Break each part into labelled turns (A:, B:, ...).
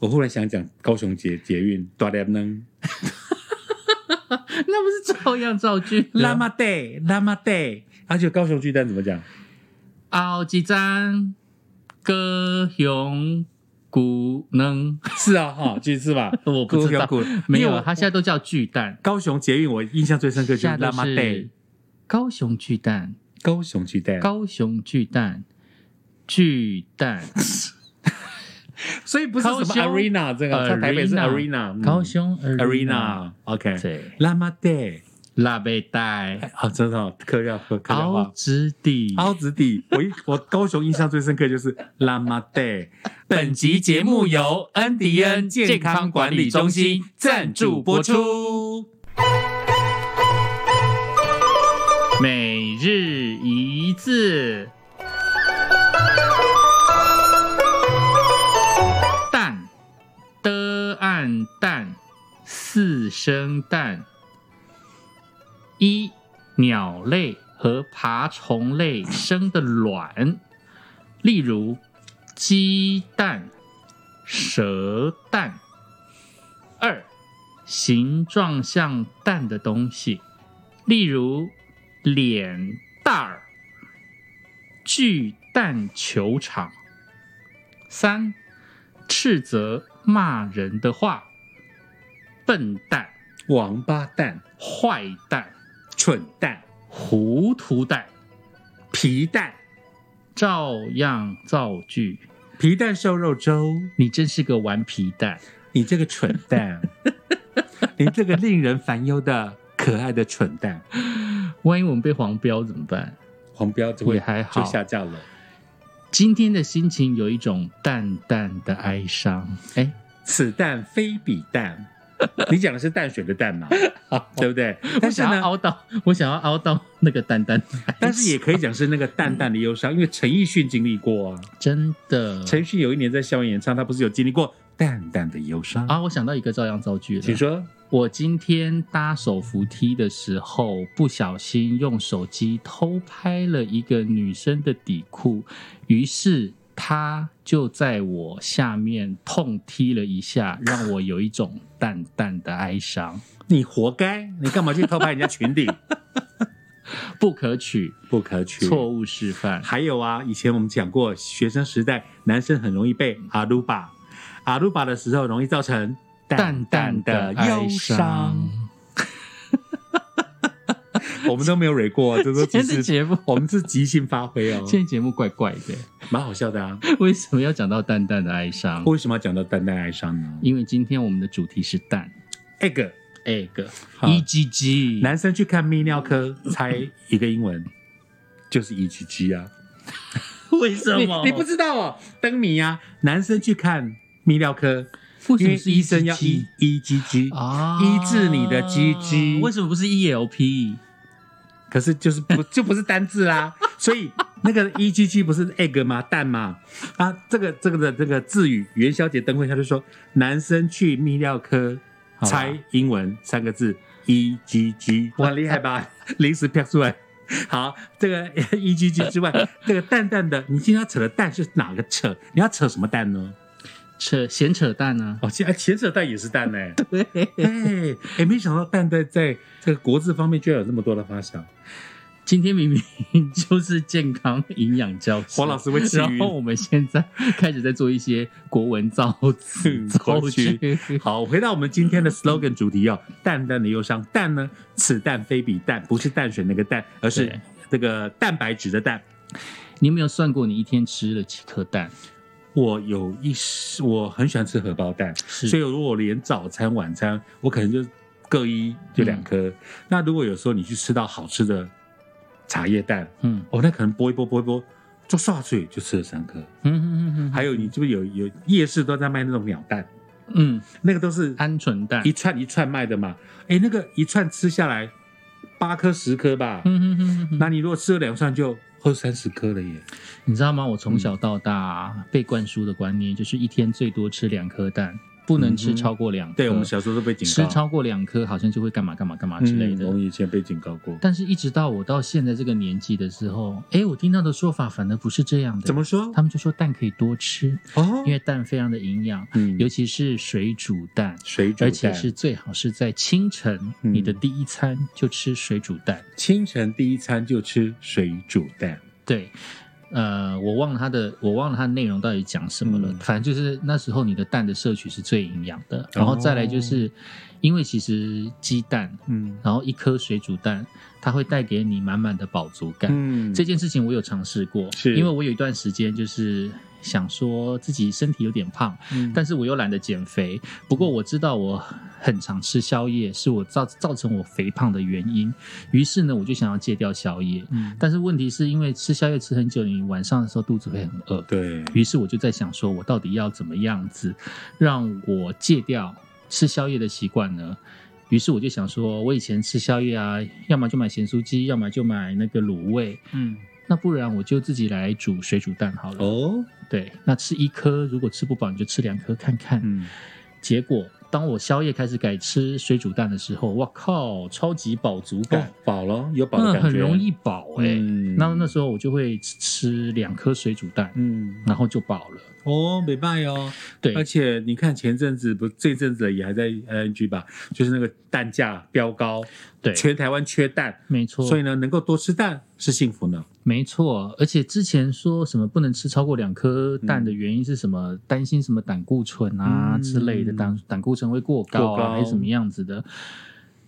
A: 我后来想讲高雄捷捷运大粒能
B: 那不是照样造句
A: 拉马德拉马德，而且啊高雄巨蛋怎么讲？
B: 后一站高雄古能，？
A: 是啊，哈，巨是 吧
B: 我不知道
A: 高雄
B: 没
A: 因为
B: 有，啊
A: 我
B: 他现在都叫巨蛋，
A: 啊高雄捷运，我印象最深刻就
B: 现
A: 是
B: 在
A: 拉
B: 都
A: 马
B: 是
A: 德
B: 高雄巨蛋，
A: 高雄巨蛋，
B: 高雄巨蛋，巨蛋，
A: 所以不是什么
B: 高雄
A: arena 这哦个，在台北是
B: Arena，
A: arena，嗯
B: 高雄
A: arena，OK，
B: 对，
A: 拉马德，
B: 拉贝带，
A: 啊，真的哦客家客客家
B: 凹
A: 话。
B: 之地。
A: 凹子底，我一我高雄印象最深刻就是拉马德。
B: 由恩迪恩健康管理中心赞助播出。每日一字，蛋的暗蛋四声蛋，一鸟类和爬虫类生的卵，例如鸡蛋、蛇蛋。二，形状像蛋的东西，例如脸蛋儿、巨蛋球场。三，斥责骂人的话，笨蛋、
A: 王八蛋、
B: 坏蛋、
A: 蠢蛋、
B: 糊涂蛋，
A: 皮蛋、
B: 照样造句。
A: 皮蛋瘦肉粥，
B: 你真是个顽皮蛋。
A: 你这个蠢蛋，你这个令人烦忧的可爱的蠢蛋，
B: 万一我们被黄标怎么办？
A: 黄标就会
B: 也还好
A: 就下架了。
B: 今天的心情有一种淡淡的哀伤。哎，
A: 此蛋非彼 蛋，你讲的是淡水的淡 嘛，对不对？
B: 我
A: 但是
B: 想要
A: 呢，
B: 凹到，我想要凹到那个淡淡的哀伤，
A: 但是也可以讲是那个淡淡的忧伤，因为陈奕迅经历过啊。
B: 哎真的
A: 陈奕迅有一年在校园演唱，他不是有经历过淡淡的忧伤？
B: 啊！我想到一个照样造句了。
A: 请说。
B: 我今天搭手扶梯的时候，不小心用手机偷拍了一个女生的底裤，于是她就在我下面痛踢了 一下，让我有一种淡淡的哀伤，
A: 你活该！你干嘛去偷拍人家裙底？
B: 不可取，
A: 不可取。
B: 错误示 范。
A: 还有啊，以前我们讲过，学生时代男生很容易被阿鲁巴，阿鲁巴的时候容易造成
B: 淡淡的
A: 忧
B: 忧伤。。
A: 我们都没有蕊过，这都
B: 今
A: 只
B: 天的
A: 是
B: 节目，
A: 我们是即兴发挥哦，
B: 今天节目怪怪的，
A: 蛮好笑的啊。
B: 为什么要讲到淡淡的哀伤？
A: 为什么要讲到淡淡哀伤呢
B: 因为今天我们的主题是蛋
A: ？egg，
B: egg
A: 好
B: e g g
A: 男生去看泌尿科，猜一个英文 就是 E G G 啊。
B: 为什
A: 你
B: 么
A: 你不知道哦，灯谜啊，男生去看泌尿科，
B: 为什
A: 因
B: 么
A: 为
B: 是
A: 医生要
B: EGG
A: E E G G，
B: 啊
A: 医治你的鸡鸡
B: 为什么不是 E L P？
A: 可是就是不就不是单字 啦，所以那个 E G G 不是 egg 吗？蛋吗？啊，这个这个的这个字语，元宵节灯会他就说，男生去泌尿科
B: 好啊
A: 猜英文三个字 E G G，我很厉害吧？ 临时飘出来。好，这个 E G G 之 外，这个淡淡的，你今天要扯的蛋是哪个扯？你要扯什么蛋呢？
B: 扯闲扯淡啊！
A: 哦，其哎，茄子蛋也是蛋呢、欸。 对，哎，没想到蛋在在这个国字方面居然有这么多的发想。
B: 今天明明就是健康营养教室，
A: 黄老师会气
B: 然
A: 晕
B: 后我们现在开始在做一些国文造词
A: 嗯
B: 造
A: 国
B: 句
A: 句。 好，回到我们今天的 slogan 主题哦，淡淡的忧伤。淡呢，此淡非彼淡，不是淡水那个淡，而是
B: 对
A: 这个蛋白质的蛋。
B: 你有没有算过你一天吃了几颗蛋？
A: 我有一时我很喜欢吃荷包蛋，
B: 是
A: 所以如果连早餐、晚餐，我可能就各一就两颗。
B: 嗯
A: 那如果有时候你去吃到好吃的茶叶蛋，
B: 嗯
A: 哦，那可能剥一剥、剥一剥，就刷嘴就吃了三颗。
B: 嗯嗯嗯嗯
A: 还有你是不是有有夜市都在卖那种鸟蛋？
B: 嗯，
A: 那个都是
B: 鹌鹑蛋
A: 一。串一串卖的嘛。哎，那个一串吃下来八颗十颗吧，
B: 嗯嗯嗯嗯嗯，
A: 那你如果吃了两串就二三十颗了耶。嗯
B: 你知道吗？我从小到大被灌输的观念就是一天最多吃两颗蛋，不能
A: 嗯
B: 吃
A: 哼
B: 超过两颗。
A: 对我们小时候都被警
B: 吃
A: 告
B: 超过两颗好像就会干嘛干嘛干嘛之类的。
A: 嗯我们以前被警告过。
B: 但是，一直到我到现在这个年纪的时候，哎，我听到的说法反而不是这样的。
A: 怎么？说？
B: 他们就说蛋可以多吃，
A: 哦
B: 因，为蛋非常的营养，
A: 嗯
B: 尤其是水煮蛋，
A: 水煮蛋，
B: 而且是最好是在清晨，
A: 嗯
B: 你的第一餐就吃水煮蛋。
A: 清晨第一餐就吃水煮蛋。
B: 对，呃，我忘了它的，我忘了它的内容到底讲什么了。
A: 嗯哦
B: 反正就是那时候你的蛋的摄取是最营养的，然后再来就是，因为其实鸡蛋，
A: 嗯
B: 然后一颗水煮蛋，它会带给你满满的饱足感。
A: 嗯，
B: 这件事情我有尝试过，
A: 是
B: 因为我有一段时间就是想说自己身体有点胖，
A: 嗯
B: 但是我又懒得减肥。不过我知道我很常吃宵夜，是我造造成我肥胖的原因。于是呢，我就想要戒掉宵夜。
A: 嗯
B: 但是问题是因为吃宵夜吃很久，你晚上的时候肚子会很饿。
A: 对，
B: 于是我就在想说，我到底要怎么样子让我戒掉吃宵夜的习惯呢？于是我就想说，我以前吃宵夜啊，要么就买咸酥鸡，要么就买那个卤味，
A: 嗯
B: 那不然我就自己来煮水煮蛋好了。
A: 哦，
B: 对，那吃一颗，如果吃不饱你就吃两颗看看。
A: 嗯
B: 结果当我宵夜开始改吃水煮蛋的时候，哇靠，超级饱足
A: 哦
B: 感，
A: 饱了，有饱
B: 那
A: 的感觉，
B: 嗯很容易饱哎、
A: 嗯
B: 那那时候我就会吃两颗水煮蛋，
A: 嗯
B: 然后就饱了。
A: 哦，没办哦。
B: 对，
A: 而且你看前阵子不，这阵子也还在 ING 吧，就是那个蛋价飙高，
B: 对
A: 全台湾缺蛋，
B: 没错，
A: 所以呢，能够多吃蛋是幸福呢。
B: 没错，而且之前说什么不能吃超过两颗蛋的原因是什么？担心什么胆固醇啊
A: 嗯
B: 之类的，胆胆固醇会过高
A: 过
B: 啊，
A: 高
B: 还是什么样子的？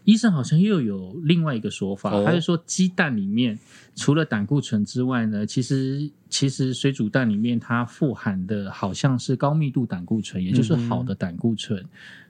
B: 医生好像又有另外一个说法，
A: 哦
B: 他就说鸡蛋里面除了胆固醇之外呢，其实其实水煮蛋里面它富含的好像是高密度胆固醇，也就是
A: 嗯哼
B: 好的胆固醇。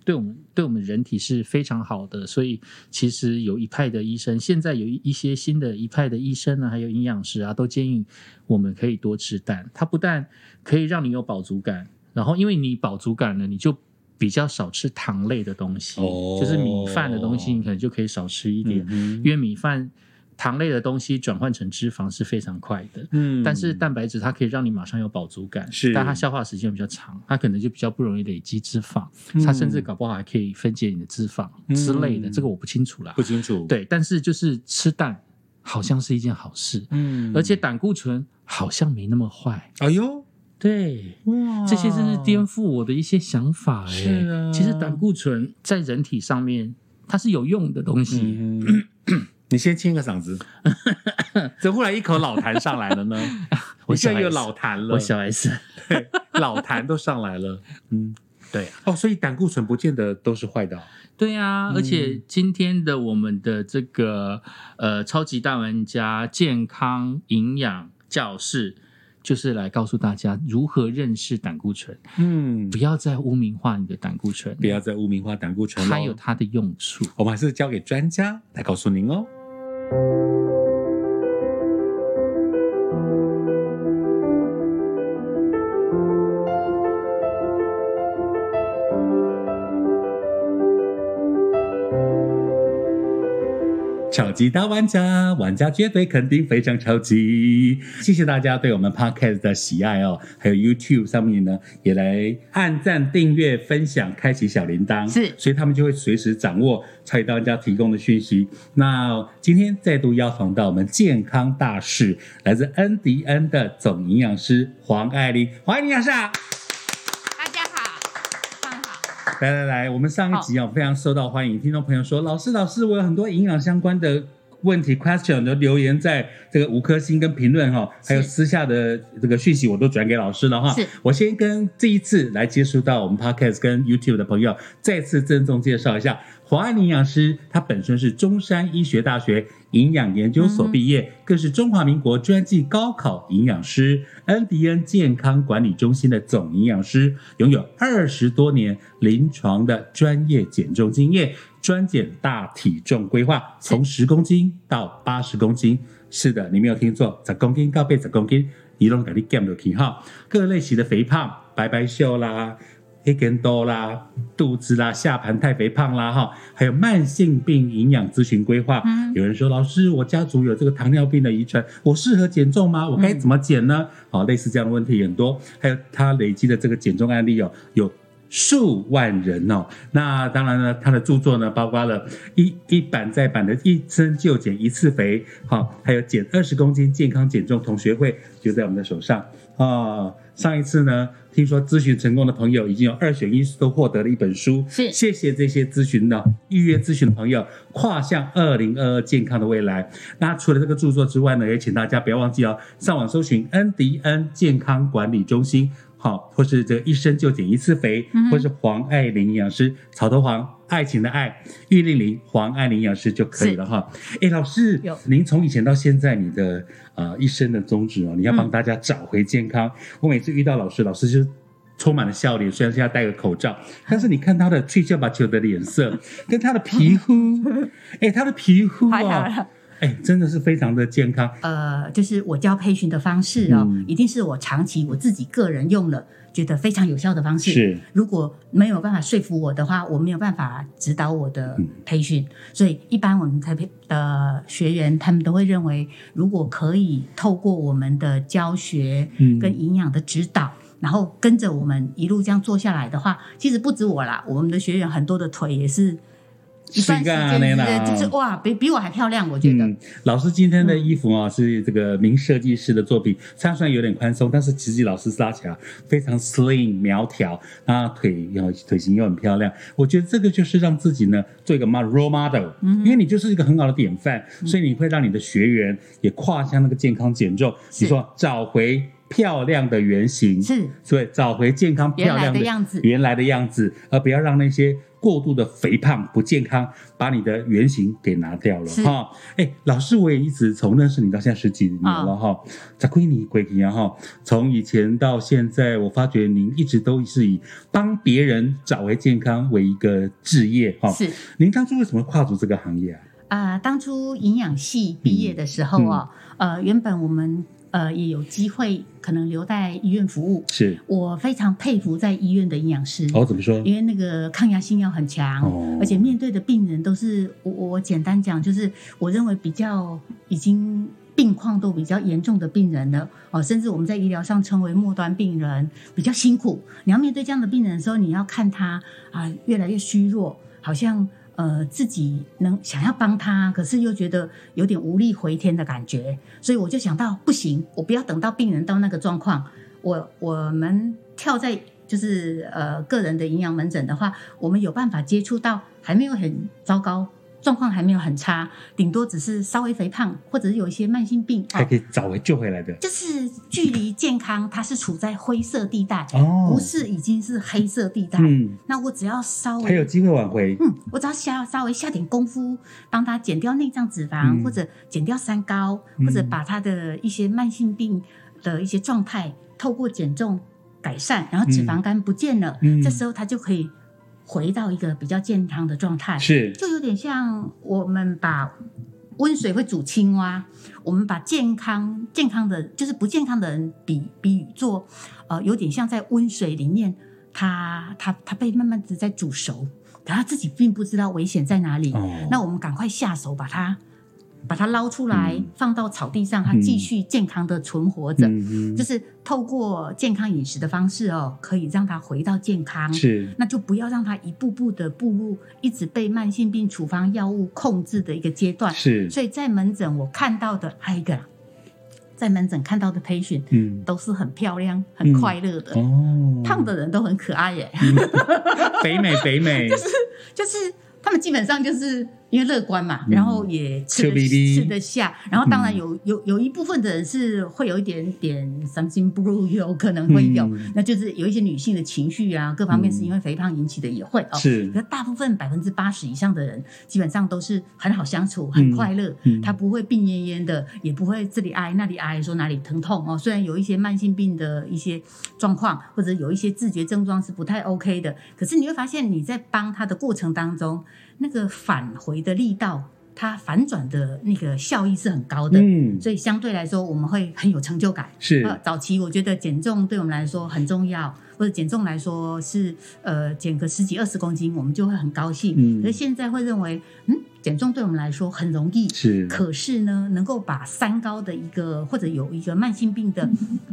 B: 对我们对我们人体是非常好的，所以其实有一派的医生，现在有一一些新的一派的医生呢，还有营养师啊，都建议我们可以多吃蛋。它不但可以让你有饱足感，然后因为你饱足感呢，你就比较少吃糖类的东西，
A: 哦
B: 就是米饭的东西，你可能就可以少吃一点，
A: 嗯
B: 因为米饭糖类的东西转换成脂肪是非常快的。
A: 嗯
B: 但是蛋白质它可以让你马上有饱足感，
A: 是
B: 但它消化时间比较长，它可能就比较不容易累积脂肪，
A: 嗯
B: 它甚至搞不好还可以分解你的脂肪
A: 嗯
B: 之类的，这个我不清楚啦
A: 不。清楚，，
B: 对，但是就是吃蛋好像是一件好事，
A: 嗯
B: 而且胆固醇好像没那么坏。
A: 哎呦，
B: 对，
A: 哇，嗯
B: 这些真是颠覆我的一些想法哎、
A: 是啊
B: 其实胆固醇在人体上面它是有用的东西，
A: 嗯哼 你先清个嗓 子，怎么忽然一口老痰上来了呢？
B: 我
A: 你现
B: 小
A: 在有
B: S
A: 老痰了，
B: 我小 S。
A: 对老痰都上来 了。嗯，
B: 对啊，
A: 哦，所以胆固醇不见得都是坏的哦。
B: 对啊，而且今天的我们的这个呃超级大玩家健康营养教室，就是来告诉大家如何认识胆固醇，
A: 嗯
B: 不，要再污名化你的胆固醇，
A: 不要再污名化胆固醇
B: 它有
A: 了。
B: 它的用处。
A: 我们还是交给专家来告诉您哦。超级大玩家，玩家绝对肯定非常超级。谢谢大家对我们 podcast 的喜爱哦，还有 YouTube 上面呢也来按赞、订阅、分享、开启小铃铛，
C: 是
A: 所以他们就会随时掌握超级大玩家提供的讯息。那今天再度邀访到我们健康大使，来自恩迪恩的总营养师黄爱玲，黄爱玲营养师啊。
C: 大家好，放好，
A: 来来来，我们上一集啊、非常受到欢迎，听众朋友说，老师老师，我有很多营养相关的问题 question 都留言在这个五颗星跟评论哈、还有私下的这个讯息我都转给老师了哈
C: 是。
A: 我先跟这一次来接触到我们 podcast 跟 YouTube 的朋友，再次郑重介绍一下。黄安营养师，他本身是中山医学大学营养研究所毕业，更是中华民国专技高考营养师、恩迪恩健康管理中心的总营养师，拥有二十多年临床的专业减重经验，专减大体重规划，从十公斤到八十公斤。是的，你没有听错，十公斤到八十公斤，你拢给你减落去哈。各类型的肥胖，白白瘦啦，黑根多啦，肚子啦，下盘太肥胖啦，哈，还有慢性病营养咨询规划。
C: 嗯
A: 有人说，老师，我家族有这个糖尿病的遗传，我适合减重吗？我该怎么减呢？好、类似这样的问题很多，还有他累积的这个减重案例哦，有数万人哦。那当然呢，他的著作呢，包括了一一版再版的《一生就减一次肥》，好，还有《减二十公斤健康减重同学会》，就在我们的手上啊、上一次呢，听说咨询成功的朋友已经有二选一都获得了一本书，
C: 是
A: 谢谢这些咨询的预约咨询的朋友，跨向二零二二健康的未来。那除了这个著作之外呢，也请大家不要忘记哦，上网搜寻恩迪恩健康管理中心，好，或是这个一生就减一次肥，
C: 嗯
A: 或是黄爱玲营养师，草头黄。爱情的爱，玉令玲、黄爱玲营养师就可以了哈。哎，老师
C: 有，
A: 您从以前到现在，你的呃一生的宗旨哦，你要帮
C: 嗯
A: 大家找回健康。我每次遇到老师，老师就充满了笑脸，虽然现在戴个口罩，但是你看他的吹笑把球的脸色，跟他的皮肤， 哎、他的皮肤啊、
C: 坏掉了。
A: 哎、真的是非常的健康。
C: 呃，就是我教培训的方式哦，
A: 嗯
C: 一定是我长期我自己个人用了，觉得非常有效的方式。
A: 是
C: 如果没有办法说服我的话，我没有办法指导我的
A: 嗯
C: 培训，所以一般我们培培的学员他们都会认为，如果可以透过我们的教学
A: 嗯
C: 跟营养的指导。然后跟着我们一路这样做下来的话，其实不止我啦，我们的学员很多的腿也是一段时
A: 是啊这样
C: 间
A: 的
C: 的，
A: 啦哦
C: 就是哇，比比我还漂亮，我觉得。
A: 嗯，老师今天的衣服啊、是这个名设计师的作品，虽然虽然有点宽松，但是其实老师拉起来非常 slim 苗条，那腿又腿型又很漂亮。我觉得这个就是让自己呢做一个 mo- role model，、因
C: 嗯
A: 为你就是一个很好的典范，所以你会让你的学员也跨向那个健康减重，
C: 是
A: 你说找回漂亮的原型，
C: 是
A: 所以找回健康漂亮
C: 原来的样子
A: 原来的样子，而不要让那些过度的肥胖不健康把你的原型给拿掉了
C: 是
A: 哈。哎、老师，我也一直从认识你到现在十几年
C: 哦
A: 了哈，在归你归你啊哈，从以前到现在，我发觉您一直都是以帮别人找回健康为一个置业哈。
C: 是
A: 您当初为什么跨足这个行业啊？
C: 啊、当初营养系毕业的时候哦，
A: 嗯
C: 呃，原本我们呃也有机会可能留在医院服务。
A: 是
C: 我非常佩服在医院的营养师，
A: 哦，怎么说？
C: 因为那个抗压性要很强，
A: 哦
C: 而且面对的病人都是我我简单讲就是我认为比较已经。病况都比较严重的病人了哦，甚至我们在医疗上称为末端病人，比较辛苦。你要面对这样的病人的时候，你要看他啊、越来越虚弱，好像呃自己能想要帮他，可是又觉得有点无力回天的感觉。所以我就想到，不行，我不要等到病人到那个状况，我我们跳在就是呃个人的营养门诊的话，我们有办法接触到还没有很糟糕，状况还没有很差，顶多只是稍微肥胖，或者是有一些慢性病
A: 还
C: 哦
A: 可，以找回救回来的
C: 就是距离健康它是处在灰色地带，
A: 哦，
C: 不是已经是黑色地带。
A: 嗯，
C: 那我只要稍
A: 还有
C: 微。
A: 机会挽回，
C: 嗯，我只要下稍微下点功夫，帮他减掉内脏脂肪，
A: 嗯
C: 或者减掉三高，
A: 嗯
C: 或者把他的一些慢性病的一些状态透过减重改善，然后脂肪肝不见了，
A: 嗯
C: 这时候他就可以回到一个比较健康的状态。
A: 是
C: 就有点像我们把温水会煮青蛙，我们把健康健康的，就是不健康的人比比喻做，呃，有点像在温水里面，它它它被慢慢的在煮熟，可他自己并不知道危险在哪里。
A: 哦，
C: 那我们赶快下手把它把它捞出来，
A: 嗯
C: 放到草地上，它
A: 嗯
C: 继续健康的存活着。
A: 嗯
C: 就是透过健康饮食的方式哦，可以让它回到健康。
A: 哼，是
C: 那就不要让他一步步的步入一直被慢性病处方药物控制的一个阶段。
A: 是，
C: 所以在门诊我看到的，还有一个啦，在门诊看到的 patient
A: 嗯，
C: 都是很漂亮、很快乐的，
A: 哦，嗯
C: 胖的人都很可爱耶，
A: 北美北美，
C: 就是。他们基本上就是因为乐观嘛，
A: 嗯
C: 然后也吃
A: 笑
C: 得
A: 眯眯
C: 吃得下，然后当然
A: 嗯
C: 有、有有一部分的人是会有一点点 something blue，有可能会有，
A: 嗯
C: 那就是有一些女性的情绪啊，各方面是
A: 嗯
C: 因为肥胖引起的也会哦。
A: 是
C: 可大部分百分之八十以上的人，基本上都是很好相处，很快乐，
A: 嗯
C: 他不会病恹恹的，也不会这里挨那里挨，说哪里疼痛哦。虽然有一些慢性病的一些状况，或者有一些自觉症状是不太 OK 的，可是你会发现你在帮他的过程当中，那个返回的力道，它反转的那个效益是很高的，
A: 嗯，
C: 所以相对来说我们会很有成就感。
A: 是
C: 呃，早期我觉得减重对我们来说很重要，或者减重来说是呃减个十几二十公斤，我们就会很高兴。
A: 嗯
C: 可是现在会认为，嗯，减重对我们来说很容易。
A: 是
C: 可是呢，能够把三高的一个或
A: 嗯
C: 者有一个慢性病的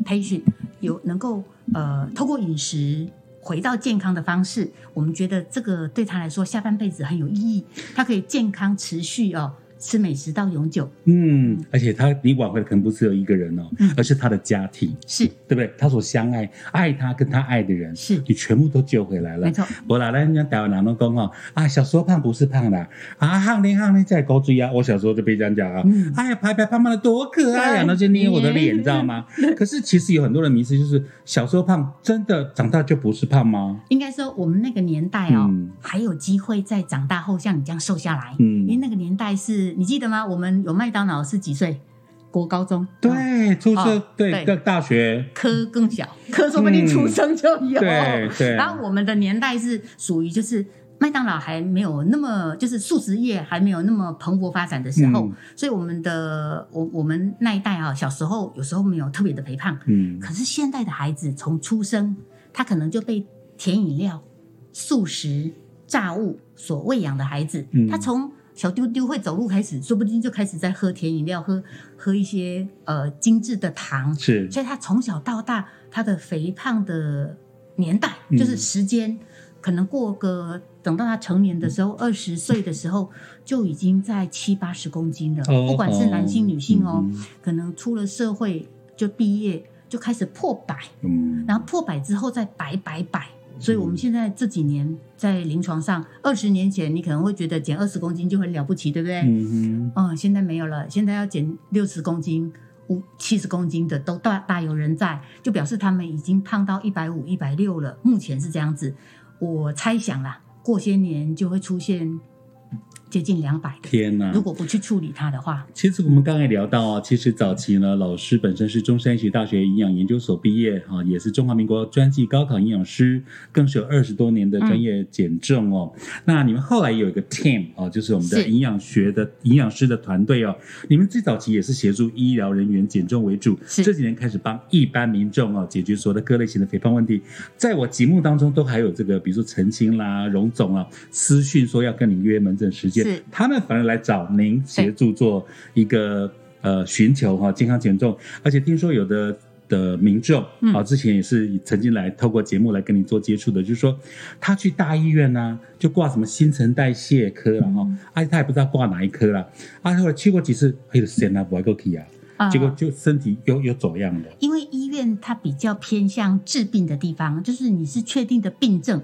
C: patient 有能够呃透过饮食回到健康的方式，我们觉得这个对他来说下半辈子很有意义，他可以健康持续哦吃美食到永久。
A: 嗯，而且他你挽回的可能不是只有一个人哦，
C: 嗯
A: 而是他的家庭，
C: 是
A: 对不对？他所相爱、爱他跟他爱的人，
C: 是
A: 你全部都救回来了
C: 没。错，
A: 我啦，咱讲台湾人都讲哦，啊，小时候胖不是胖啦，啊，胖脸胖脸在高追啊，我小时候就被这样讲啊，
C: 嗯
A: 哎呀，白白胖胖的多可爱呀、
C: 对
A: 然后就捏我的脸，
C: 捏
A: 你知道吗？可是其实有很多人迷思，就是小时候胖，真的长大就不是胖吗？
C: 应该说我们那个年代哦，
A: 嗯
C: 还有机会在长大后像你这样瘦下来，
A: 嗯
C: 因为那个年代是你记得吗？我们有麦当劳是几岁？国高中哦
A: 对，出社、
C: 哦
A: 对
C: 对
A: 各大学，
C: 科更小，科说不定
A: 嗯
C: 出生就有。
A: 对对，
C: 然后我们的年代是属于就是麦当劳还没有那么就是素食业还没有那么蓬勃发展的时候，
A: 嗯
C: 所以我们的我我们那一代啊，小时候有时候没有特别的肥胖，
A: 嗯
C: 可是现在的孩子从出生，他可能就被甜饮料、素食、炸物所喂养的孩子，
A: 嗯
C: 他从小丢丢会走路开始，说不定就开始在喝甜饮料，喝喝一些呃精致的糖，
A: 是
C: 所以他从小到大，他的肥胖的年代
A: 嗯
C: 就是时间，可能过个等到他成年的时候，二十岁的时候就已经在七八十公斤了，
A: 哦
C: 不管是男性女性哦，
A: 嗯
C: 可能出了社会就毕业就开始破百，
A: 嗯，
C: 然后破百之后再百百百。所以，我们
A: 嗯
C: 现在这几年在临床上，二十年前你可能会觉得减二十公斤就很了不起，对不对？
A: 嗯哼，
C: 嗯，现在没有了，现在要减六十公斤、五七十公斤的都大大有人在，就表示他们已经胖到一百五、一百六了。目前是这样子，我猜想啦，过些年就会出现接近两百的，
A: 天啊哪！
C: 如果不去处理它的话，
A: 其实我们刚才聊到啊，其实早期呢，老师本身是中山医学大学营养研究所毕业啊，也是中华民国专技高考营养师，更是有二十多年的专业检证哦。
C: 嗯
A: 那你们后来有一个 team 啊，就是我们的
C: 是
A: 营养学的营养师的团队哦。你们最早期也是协助医疗人员减重为主，
C: 是
A: 这几年开始帮一般民众哦解决所有的各类型的肥胖问题。在我节目当中都还有这个，比如说陈青啦、荣总啊，私讯说要跟你约门诊时间，
C: 是
A: 他们反而来找您协助做一个呃寻求哈、健康减重，而且听说有的。的民众
C: 嗯
A: 啊，之前也是曾经来透过节目来跟你做接触的，就是说他去大医院呐、就挂什么新陈代谢科了
C: 嗯
A: 哈，而且、他也不知道挂哪一科啦，啊，后来去过几次，哎呦，天哪，不爱过去啊，
C: 啊、
A: 结果就身体又又走样了，
C: 因为医院它比较偏向治病的地方，就是你是确定的病症，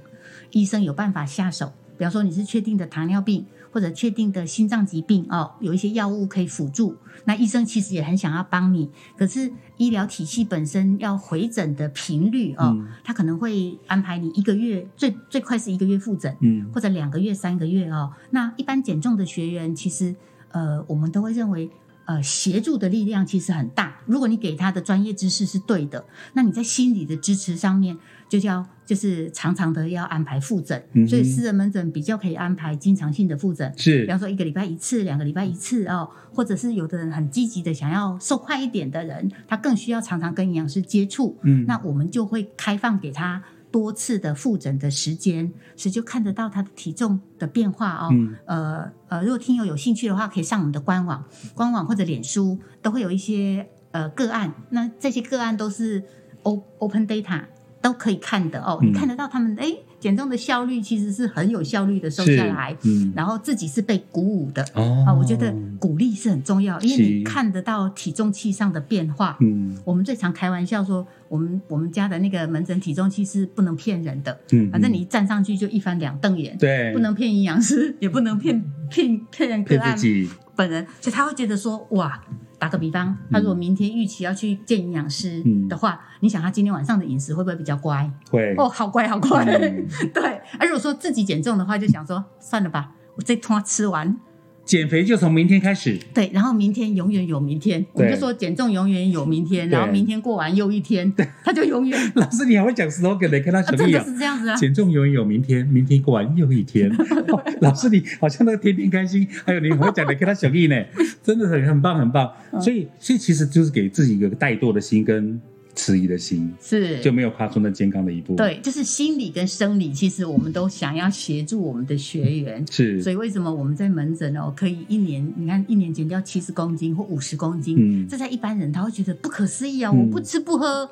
C: 医生有办法下手。比方说你是确定的糖尿病或者确定的心脏疾病哦，有一些药物可以辅助。那医生其实也很想要帮你，可是医疗体系本身要回诊的频率哦，
A: 嗯
C: 它可能会安排你一个月，最最快是一个月复诊。
A: 嗯
C: 或者两个月、三个月哦。那一般减重的学员，其实呃，我们都会认为。呃，协助的力量其实很大。如果你给他的专业知识是对的，那你在心理的支持上面，就要就是常常的要安排复诊，
A: 嗯哼
C: 所以私人门诊比较可以安排经常性的复诊，
A: 是
C: 比方说一个礼拜一次、两个礼拜一次哦，或者是有的人很积极的想要瘦快一点的人，他更需要常常跟营养师接触，
A: 嗯
C: 那我们就会开放给他多次的复诊的时间，所以就看得到他的体重的变化哦。
A: 嗯
C: 呃呃，如果听友有兴趣的话，可以上我们的官网、官网或者脸书，都会有一些呃个案。那这些个案都是 O Open Data 都可以看的哦，
A: 嗯
C: 你看得到他们哎减重的效率其实是很有效率的瘦下来，
A: 是嗯
C: 然后自己是被鼓舞的。
A: 哦
C: 啊，我觉得鼓励是很重要，因为
A: 是
C: 你看得到体重器上的变化。
A: 嗯
C: 我们最常开玩笑说，我们我们家的那个门诊体重器是不能骗人的，
A: 嗯，
C: 反正啊你一站上去就一翻两瞪眼，
A: 对
C: 不能骗营养师，也不能骗骗骗个
A: 骗
C: 案
A: 自己，
C: 本人，所以他会觉得说，哇，打个比方，他如果明天预期要去见营养师
A: 嗯
C: 的话，你想他今天晚上的饮食会不会比较乖？
A: 会
C: 哦，好乖，好乖，
A: 嗯
C: 对。而如果说自己减重的话，就想说，算了吧，我这通吃完，
A: 减肥就从明天开始，
C: 对，然后明天永远有明天，我们就说减重永远有明天，
A: 对
C: 然后明天过完又一天，他就永远
A: 老师，你还会讲 slogan 欸的，跟他
C: 啊，
A: 什么
C: 真的
A: 样？
C: 是这样子啊，
A: 减重永远有明天，明天过完又一 天。 哦老师，你好像都天天开心，还有你很会讲的，跟他小 意呢，真的很很棒，很棒。
C: 嗯
A: 所以，所以其实就是给自己一个怠惰的心跟迟疑的心，
C: 是
A: 就没有跨出那健康的一步。，
C: 对，就是心理跟生理，其实我们都想要协助我们的学员。
A: 是，
C: 所以为什么我们在门诊哦，可以一年，你看一年减掉七十公斤或五十公斤，
A: 嗯
C: 这在一般人他会觉得不可思议啊！
A: 嗯
C: 我不吃不喝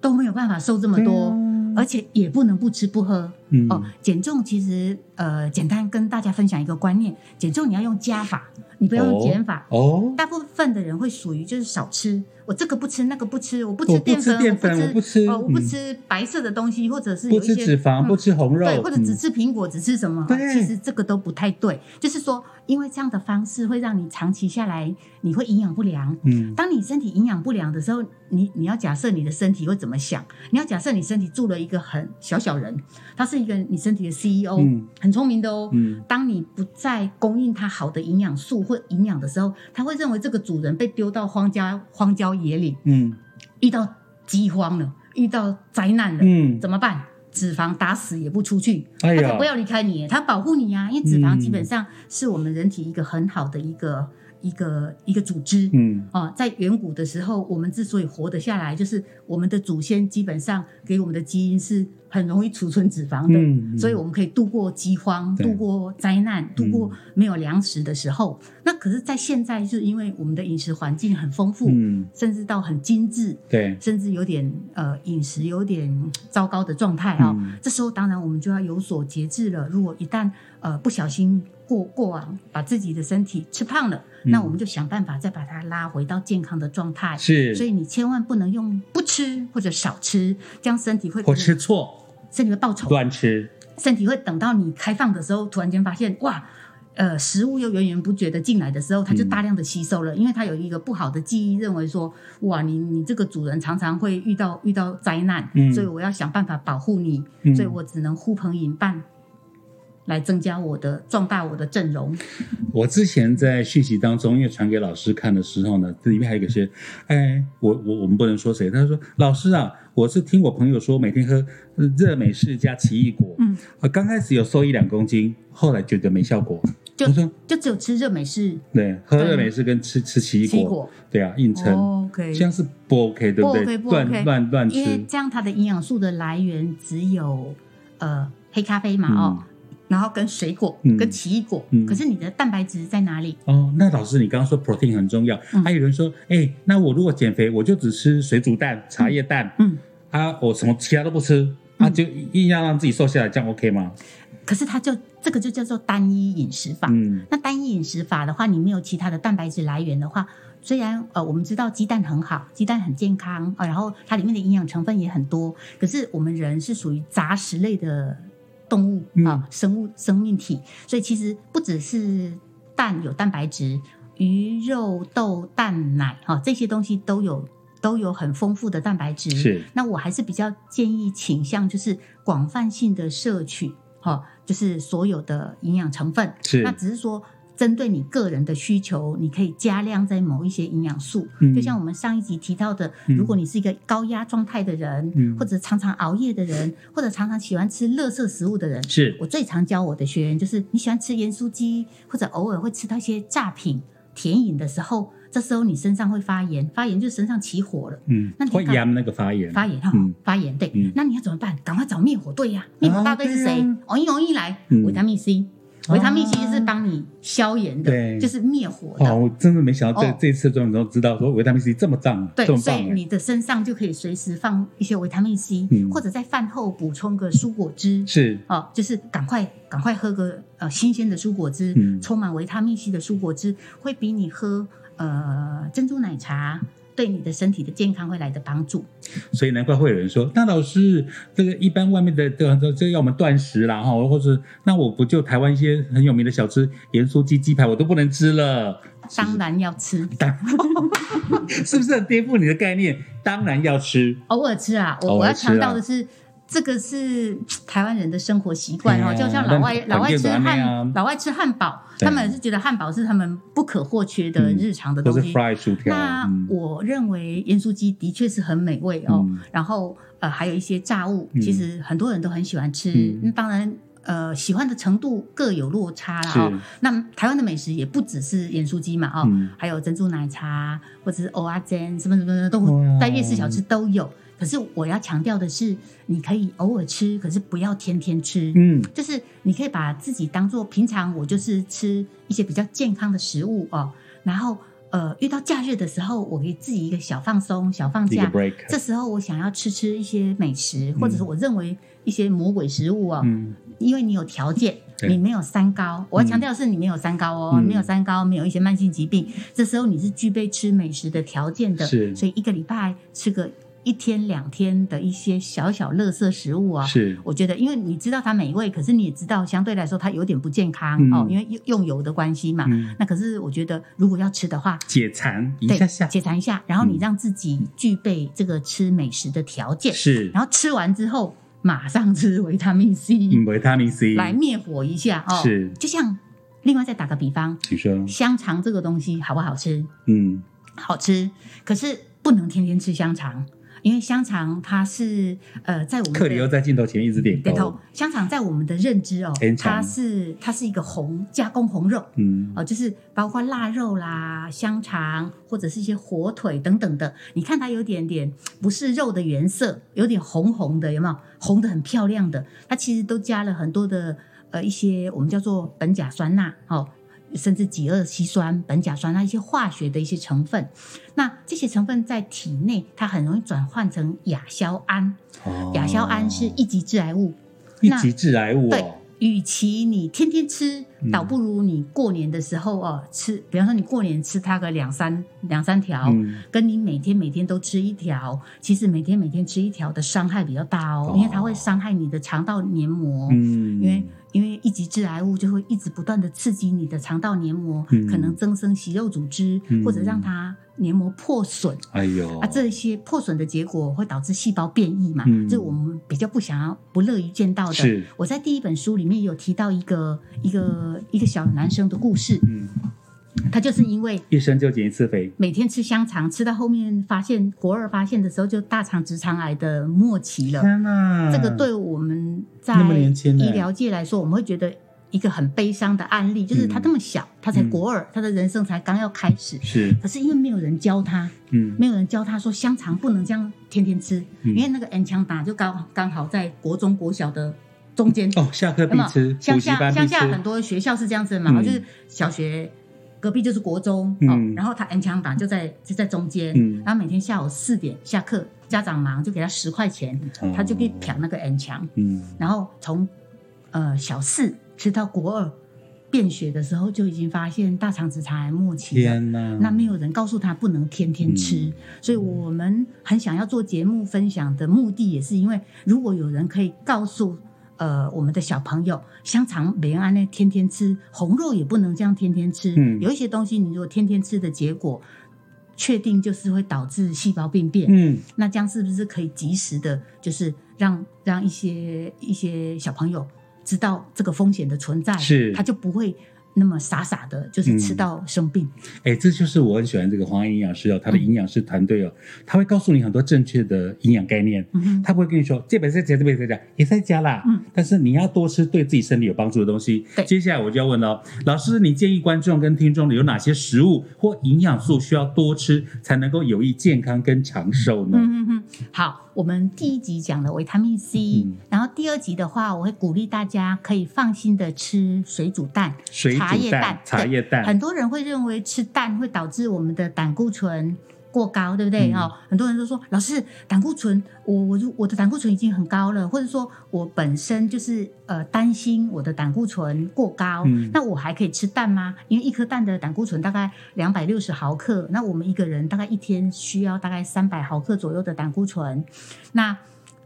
C: 都没有办法瘦这么
A: 对
C: 多，
A: 啊
C: 而且也不能不吃不喝。
A: 嗯
C: 哦，减重其实呃，简单跟大家分享一个观念：减重你要用加法，你不要用减法。
A: 哦，
C: 大部分的人会属于就是少吃，我这个不吃那个不吃，我不
A: 我
C: 吃
A: 不
C: 淀
A: 吃
C: 粉，
A: 淀粉
C: 我
A: 我不吃
C: 哦，我不
A: 嗯
C: 吃白色的东西，或者是有
A: 不
C: 一些
A: 吃脂肪，
C: 嗯
A: 不吃红肉，
C: 对，或者只
A: 嗯
C: 吃苹果，只吃什么？
A: 对
C: 其实这个都不太对。就是说，因为这样的方式会让你长期下来，你会营养不良。
A: 嗯
C: 当你身体营养不良的时候，你你要假设你的身体会怎么想？你要假设你身体住了一个很小小人，他是一个你身体的 CEO，、
A: 嗯
C: 很聪明的哦。
A: 嗯
C: 当你不再供应他好的营养素或营养的时候，他会认为这个主人被丢到荒郊荒郊野岭，
A: 嗯
C: 遇到饥荒了，遇到灾难了，
A: 嗯，
C: 怎么办？脂肪打死也不出去，
A: 哎
C: 它才
A: 呀嗯
C: 不，要离开你，它保护你呀、因为脂肪基本上是我们人体一个很好的一个、一个一个组织。
A: 嗯
C: 哦，在远古的时候，我们之所以活得下来，就是我们的祖先基本上给我们的基因是很容易储存脂肪的，
A: 嗯，
C: 所以我们可以度过饥荒、
A: 对嗯
C: 度过灾难、度过没有粮食的时候。那可是，在现在，就是因为我们的饮食环境很丰富，
A: 嗯
C: 甚至到很精致，
A: 对，
C: 甚至有点呃饮食有点嗯糟糕的状态啊、
A: 嗯
C: 这时候当然我们就要有所节制了。如果一旦呃不小心过过往把自己的身体吃胖了，
A: 嗯
C: 那我们就想办法再把它拉回到健康的状态。
A: 是，
C: 所以你千万不能用不吃或者少吃，这样身体会
A: 或吃错
C: 身体会报仇，
A: 乱吃，
C: 身体会等到你开放的时候，突然间发现哇。呃，食物又源源不绝的进来的时候，
A: 嗯
C: 它就大量的吸收了，因为它有一个不好的记忆，认为说，哇，你你这个主人常常会遇到遇到灾难，
A: 嗯
C: 所以我要想办法保护你，
A: 嗯
C: 所以我只能呼朋引伴，来增加我的壮大我的阵容。
A: 我之前在讯息当中，因为传给老师看的时候呢，这里面还有一个是，哎，我我我们不能说谁，他说老师啊，我是听我朋友说每天喝呃热美式加奇异果，
C: 嗯，
A: 呃，刚开始有瘦一两公斤，后来觉得没效果，
C: 就
A: 我说
C: 就只有吃热美式、
A: 对，喝热
C: 对
A: 美式跟吃吃奇异
C: 奇异
A: 果，
C: 果
A: 对啊，硬撑，
C: 哦，OK，
A: 这样是不 OK 对
C: 不
A: 对？
C: OK，不
A: 乱
C: OK
A: 乱乱
C: 因为
A: 吃，
C: 这样它的营养素的来源只有呃黑咖啡嘛，哦，然后跟水果、
A: 嗯
C: 跟奇异果，
A: 嗯
C: 可是你的蛋白质在哪里？
A: 哦，那老师，你刚刚说 protein 很重要，
C: 嗯
A: 还有人说，哎、那我如果减肥，我就只吃水煮蛋、茶叶蛋，
C: 嗯，
A: 啊，我什么其他都不吃，啊，
C: 嗯
A: 就硬要让自己瘦下来，这样 OK 吗？
C: 可是它就这个就叫做单一饮食法。
A: 嗯
C: 那单一饮食法的话，你没有其他的蛋白质来源的话，虽然呃我们知道鸡蛋很好，鸡蛋很健康啊、然后它里面的营养成分也很多，可是我们人是属于杂食类的动物
A: 嗯
C: 啊、生物生命体，所以其实不只是蛋有蛋白质，鱼肉豆蛋奶哈、这些东西都有都有很丰富的蛋白质，
A: 是
C: 那我还是比较建议倾向就是广泛性的摄取，哈、就是所有的营养成分。
A: 是
C: 那只是说针对你个人的需求，你可以加量在某一些营养素。
A: 嗯
C: 就像我们上一集提到的，
A: 嗯
C: 如果你是一个高压状态的人，
A: 嗯
C: 或者常常熬夜的人，或者常常喜欢吃垃圾食物的人，
A: 是
C: 我最常教我的学员就是，你喜欢吃盐酥鸡，或者偶尔会吃到一些炸品、甜饮的时候，这时候你身上会发炎，发炎就身上起火了。
A: 嗯
C: 那，你
A: 会
C: 干
A: 压那个发炎，
C: 发炎哈、
A: 嗯
C: 发炎对、
A: 嗯
C: 那你要怎么办？赶快找灭火队呀、灭火大队是
A: 啊对
C: 谁
A: 啊？
C: 哦一哦一来，
A: 嗯
C: 维他命 C，
A: 啊
C: 维他命 C 是帮你消炎的，
A: 对
C: 就是灭火
A: 哇，
C: 的。
A: 我真的没想到这、
C: 哦
A: 这次终于都知道说维他命 C 这么棒，
C: 对
A: 这，么
C: 所
A: 棒
C: 以
A: 哎、
C: 你的身上就可以随时放一些维他命 C，、
A: 嗯
C: 或者在饭后补充个蔬果汁。
A: 是
C: 哦，就是赶快赶快喝个呃新鲜的蔬果汁，
A: 嗯
C: 充满维他命 C 的蔬果汁，会比你喝呃珍珠奶茶对你的身体的健康会来的帮助。
A: 所以难怪会有人说，那老师，这个一般外面的这个这个要我们断食啦哈，或者那我不就台湾一些很有名的小吃，盐酥鸡、鸡排我都不能吃了，是不
C: 当
A: 是
C: 然要吃，
A: 是不是很颠覆你的概念？当然要吃，
C: 偶尔吃啊，我
A: 偶
C: 我要
A: 尔吃啊
C: 强调的是，这个是台湾人的生活习惯
A: 哎
C: 哦，
A: 呀
C: 就像老外
A: 但
C: 老外吃
A: 但也有啊
C: 汉老外吃汉堡，
A: 对
C: 他们是觉得汉堡是他们不可或缺的
A: 嗯
C: 日常的
A: 或是
C: 东西。
A: fry 薯条，
C: 那
A: 嗯
C: 我认为盐酥鸡的确是很美味哦，
A: 嗯
C: 然后呃还有一些炸物，
A: 嗯
C: 其实很多人都很喜欢吃，
A: 嗯
C: 嗯当然。呃，喜欢的程度各有落差啦哦
A: 是。
C: 那台湾的美食也不只是盐酥鸡嘛哦，
A: 嗯
C: 还有珍珠奶茶或者是蚵仔煎什么什么什么都
A: 哇
C: 在夜市小吃都有。可是我要强调的是，你可以偶尔吃，可是不要天天吃。
A: 嗯
C: 就是你可以把自己当做平常，我就是吃一些比较健康的食物哦，然后呃，遇到假日的时候，我给自己一个小放松、小
A: 嗯
C: 放
A: 一个
C: 假。
A: break，
C: 这时候我想要吃吃一些美食，或者是我认为一些魔鬼食物哦，
A: 嗯，
C: 因为你有条件，
A: 对
C: 你没有三高。我要强调的是，你没有三高哦，
A: 嗯
C: 没有三高，没有一些慢性疾病。这时候你是具备吃美食的条件的，
A: 是
C: 所以一个礼拜吃个一天两天的一些小小垃圾食物啊、
A: 是
C: 我觉得，因为你知道它美味，可是你也知道相对来说它有点不健康、
A: 嗯
C: 哦，因为用用油的关系嘛。
A: 嗯，
C: 那可是我觉得，如果要吃的话，
A: 解馋一
C: 对，
A: 下下
C: 解馋一下，然后你
A: 嗯
C: 让自己具备这个吃美食的条件，
A: 是，
C: 然后吃完之后马上吃维他命 C、
A: 嗯，维他命 C
C: 来灭火一下哦。
A: 是嗯
C: 就像另外再打个比方，
A: 你说，
C: 香肠这个东西好不好吃？
A: 嗯，
C: 好吃，可是不能天天吃香肠，因为香肠它是呃，在我们的
A: 克里又在镜头前一直点
C: 对头
A: 头，
C: 香肠在我们的认知哦
A: 香，肠
C: 它是它是一个红加工红肉。
A: 嗯，
C: 哦，就是包括腊肉啦、香肠或者是一些火腿等等的，你看它有点点不是肉的原色，有点红红的，有没有？红的很漂亮的，它其实都加了很多的呃一些我们叫做苯甲酸钠，哦，甚至己二烯酸、苯甲酸钠一些化学的一些成分。那这些成分在体内，它很容易转换成亚硝胺，
A: 哦
C: 亚硝胺是一级致癌物，
A: 一
C: 那
A: 级致癌物
C: 对
A: 哦，
C: 与其你天天吃
A: 嗯，
C: 倒不如你过年的时候哦吃，比方说你过年吃它个两三两三条，
A: 嗯，
C: 跟你每天每天都吃一条，其实每天每天吃一条的伤害比较大哦，
A: 哦
C: 因为它会伤害你的肠道黏膜。
A: 嗯，
C: 因为因为一级致癌物就会一直不断的刺激你的肠道黏膜，
A: 嗯
C: 可能增生息肉组织，
A: 嗯
C: 或者让它黏膜破损。
A: 哎呦
C: 啊，这些破损的结果会导致细胞变异嘛，
A: 嗯
C: 这我们比较不想要、不乐于见到的。
A: 是，
C: 我在第一本书里面有提到一个一个一个小男生的故事，
A: 嗯，
C: 他就是因为
A: 一生就减一次肥，
C: 每天吃香肠，吃到后面发现国二发现的时候就大肠直肠癌的末期了。
A: 天哪，
C: 这个对我们在
A: 嗯那么年轻呢
C: 医疗界来说，我们会觉得一个很悲伤的案例，就是他
A: 嗯
C: 这么小，他才国二，他的人生才刚要开始。
A: 是，
C: 可是因为没有人教他，
A: 嗯，
C: 没有人教他说香肠不能这样天天吃，
A: 嗯
C: 因为那个 N 枪打就刚刚好在国中国小的中间
A: 哦，下课必
C: 那么
A: 吃，
C: 乡
A: 补习
C: 下
A: 班必
C: 乡
A: 吃
C: 下很多学校是这样子嘛，
A: 嗯
C: 就是小学隔壁就是国中，
A: 嗯
C: 哦，然后他 N 强档就在就在中间，
A: 嗯
C: 然后每天下午四点下课，家长忙就给他十块钱，
A: 哦
C: 他就可以抢那个 N 强，
A: 嗯，
C: 然后从呃小四吃到国二便血的时候就已经发现大肠直肠癌末期了。
A: 天哪，
C: 那没有人告诉他不能天天吃，
A: 嗯
C: 所以我们很想要做节目分享的目的，也是因为如果有人可以告诉呃我们的小朋友，香肠每安呢天天吃，红肉也不能这样天天吃，
A: 嗯
C: 有一些东西你如果天天吃的结果，确定就是会导致细胞病变，
A: 嗯，
C: 那这样是不是可以及时的，就是让让一些一些小朋友知道这个风险的存在，
A: 是
C: 他就不会那么傻傻的，就是吃
A: 嗯
C: 到生病。
A: 哎，这就是我很喜欢这个黄安营养师哦，
C: 嗯
A: 他的营养师团队哦，他会告诉你很多正确的营养概念。
C: 嗯哼
A: 他不会跟你说这本是加，这本是加，也在加啦。
C: 嗯，
A: 但是你要多吃对自己身体有帮助的东西。
C: 对
A: 接下来我就要问了哦，老师，你建议观众跟听众有哪些食物或营养素需要多吃才能够有益健康跟长寿呢？
C: 嗯嗯嗯，好，我们第一集讲了维他命 C，、
A: 嗯
C: 然后第二集的话，我会鼓励大家可以放心的吃水煮蛋。
A: 水
C: 茶
A: 煮
C: 叶
A: 蛋
C: 蛋、
A: 茶叶蛋
C: 很，多人会认为吃蛋会导致我们的胆固醇过高，对不对？
A: 嗯
C: 哦，很多人都说老师，胆固醇，我我如我的胆固醇已经很高了，或者说我本身就是呃担心我的胆固醇过高，
A: 嗯
C: 那我还可以吃蛋吗？因为一颗蛋的胆固醇大概两百六十毫克，那我们一个人大概一天需要大概三百毫克左右的胆固醇，那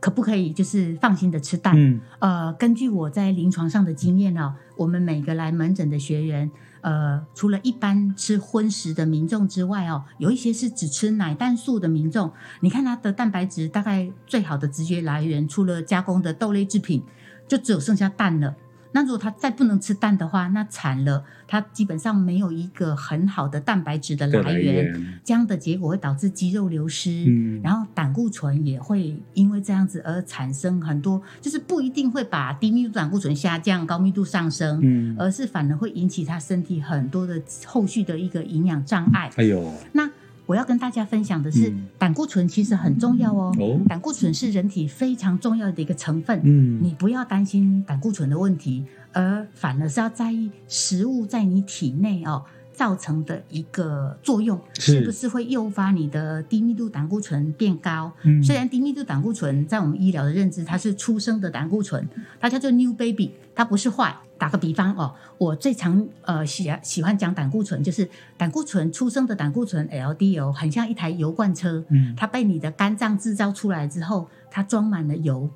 C: 可不可以就是放心的吃蛋？
A: 嗯，
C: 呃，根据我在临床上的经验哦，我们每个来门诊的学员，呃，除了一般吃荤食的民众之外哦，有一些是只吃奶蛋素的民众。你看他的蛋白质大概最好的直觉来源，除了加工的豆类制品，就只有剩下蛋了。那如果他再不能吃蛋的话，那惨了，他基本上没有一个很好的蛋白质的
A: 的
C: 来
A: 来
C: 源，
A: 源，
C: 这样的结果会导致肌肉流失，
A: 嗯，
C: 然后胆固醇也会因为这样子而产生很多，就是不一定会把低密度胆固醇下降，高密度上升，
A: 嗯，
C: 而是反而会引起他身体很多的后续的一个营养障碍。
A: 哎呦，
C: 那我要跟大家分享的是，
A: 嗯
C: 胆固醇其实很重要哦，
A: 哦，
C: 胆固醇是人体非常重要的一个成分。
A: 嗯，
C: 你不要担心胆固醇的问题，而反而是要在意食物在你体内哦造成的一个作用，
A: 是
C: 不是会诱发你的低密度胆固醇变高？
A: 嗯
C: 虽然低密度胆固醇在我们医疗的认知，它是出生的胆固醇，它叫做 new baby，它不是坏。打个比方哦，我最常呃喜喜欢讲胆固醇，就是胆固醇出生的胆固醇 LDL 很像一台油罐车，
A: 嗯
C: 它被你的肝脏制造出来之后，它装满了油，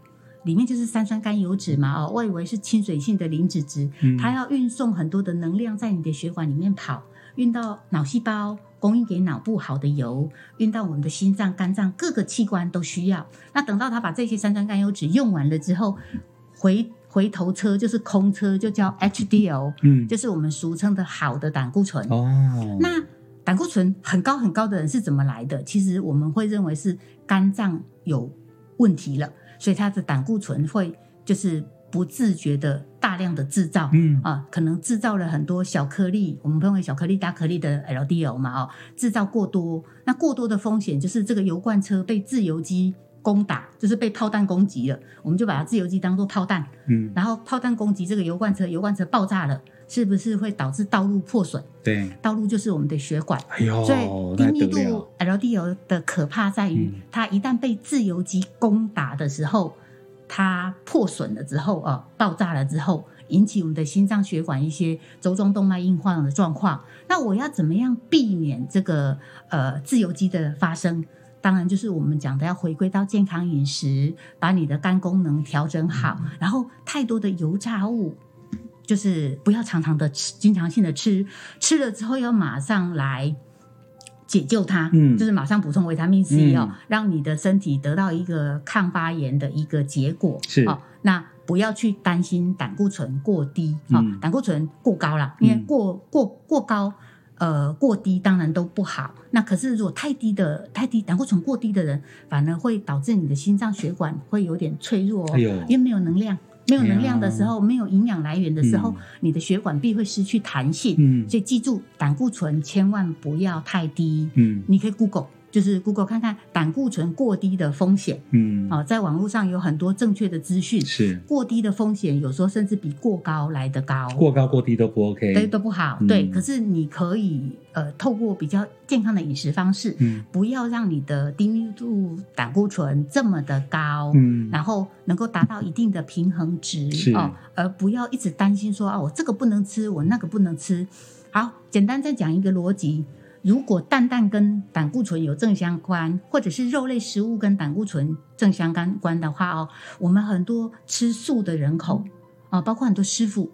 C: 里面就是三酸甘油脂嘛哦，我以为是亲水性的磷脂质，
A: 嗯
C: 它要运送很多的能量在你的血管里面跑，运到脑细胞，供应给脑部好的油，运到我们的心脏、肝脏各个器官都需要。那等到它把这些三酸甘油脂用完了之后，回回头车就是空车，就叫 HDL，
A: 嗯
C: 就是我们俗称的好的胆固醇。
A: 哦
C: 那胆固醇很高很高的人是怎么来的？其实我们会认为是肝脏有问题了，所以他的胆固醇会就是不自觉的大量的制造。
A: 嗯
C: 啊，可能制造了很多小颗粒，我们认为小颗粒、大颗粒的 LDL 嘛，哦，制造过多，那过多的风险就是这个油罐车被自由基攻打，就是被炮弹攻击了，我们就把它自由基当做炮弹，
A: 嗯
C: 然后炮弹攻击这个油罐车，油罐车爆炸了，是不是会导致道路破损？
A: 对，
C: 道路就是我们的血管，
A: 哎呦，
C: 所以低
A: 那
C: 密
A: 得
C: 度
A: 了，
C: LDL 的可怕在于
A: 嗯，
C: 它一旦被自由基攻打的时候，它破损了之后，呃，爆炸了之后，引起我们的心脏血管一些周状动脉硬化的状况。那我要怎么样避免这个呃自由基的发生？当然，就是我们讲的要回归到健康饮食，把你的肝功能调整好，
A: 嗯
C: 然后太多的油炸物。就是不要常常的吃，经常性的吃，吃了之后要马上来解救它，
A: 嗯
C: 就是马上补充维他命 C 哦，
A: 嗯
C: 让你的身体得到一个抗发炎的一个结果。
A: 是
C: 哦，那不要去担心胆固醇过低哦，
A: 嗯
C: 胆固醇过高啦，因为
A: 嗯
C: 过过过高。呃，过低当然都不好。那可是如果太低的、太低胆固醇过低的人，反而会导致你的心脏血管会有点脆弱哦，
A: 哎呦
C: 因为没有能量，没有能量的时
A: 哎
C: 候，没有营养来源的时候，
A: 嗯
C: 你的血管壁会失去弹性。
A: 嗯
C: 所以记住，胆固醇千万不要太低。
A: 嗯
C: 你可以 Google，就是 Google 看看胆固醇过低的风险
A: 嗯，
C: 啊、在网络上有很多正确的资讯。
A: 是
C: 过低的风险有时候甚至比过高来得高，
A: 过高过低都不 OK，
C: 对都不好。
A: 嗯
C: 对，可是你可以呃，透过比较健康的饮食方式，
A: 嗯
C: 不要让你的低密度胆固醇这么的高。
A: 嗯
C: 然后能够达到一定的平衡值
A: 是
C: 哦，而不要一直担心说啊，我这个不能吃，我那个不能吃。好，简单再讲一个逻辑：如果蛋蛋跟胆固醇有正相关，或者是肉类食物跟胆固醇正相干关的话哦，我们很多吃素的人口啊、包括很多师傅，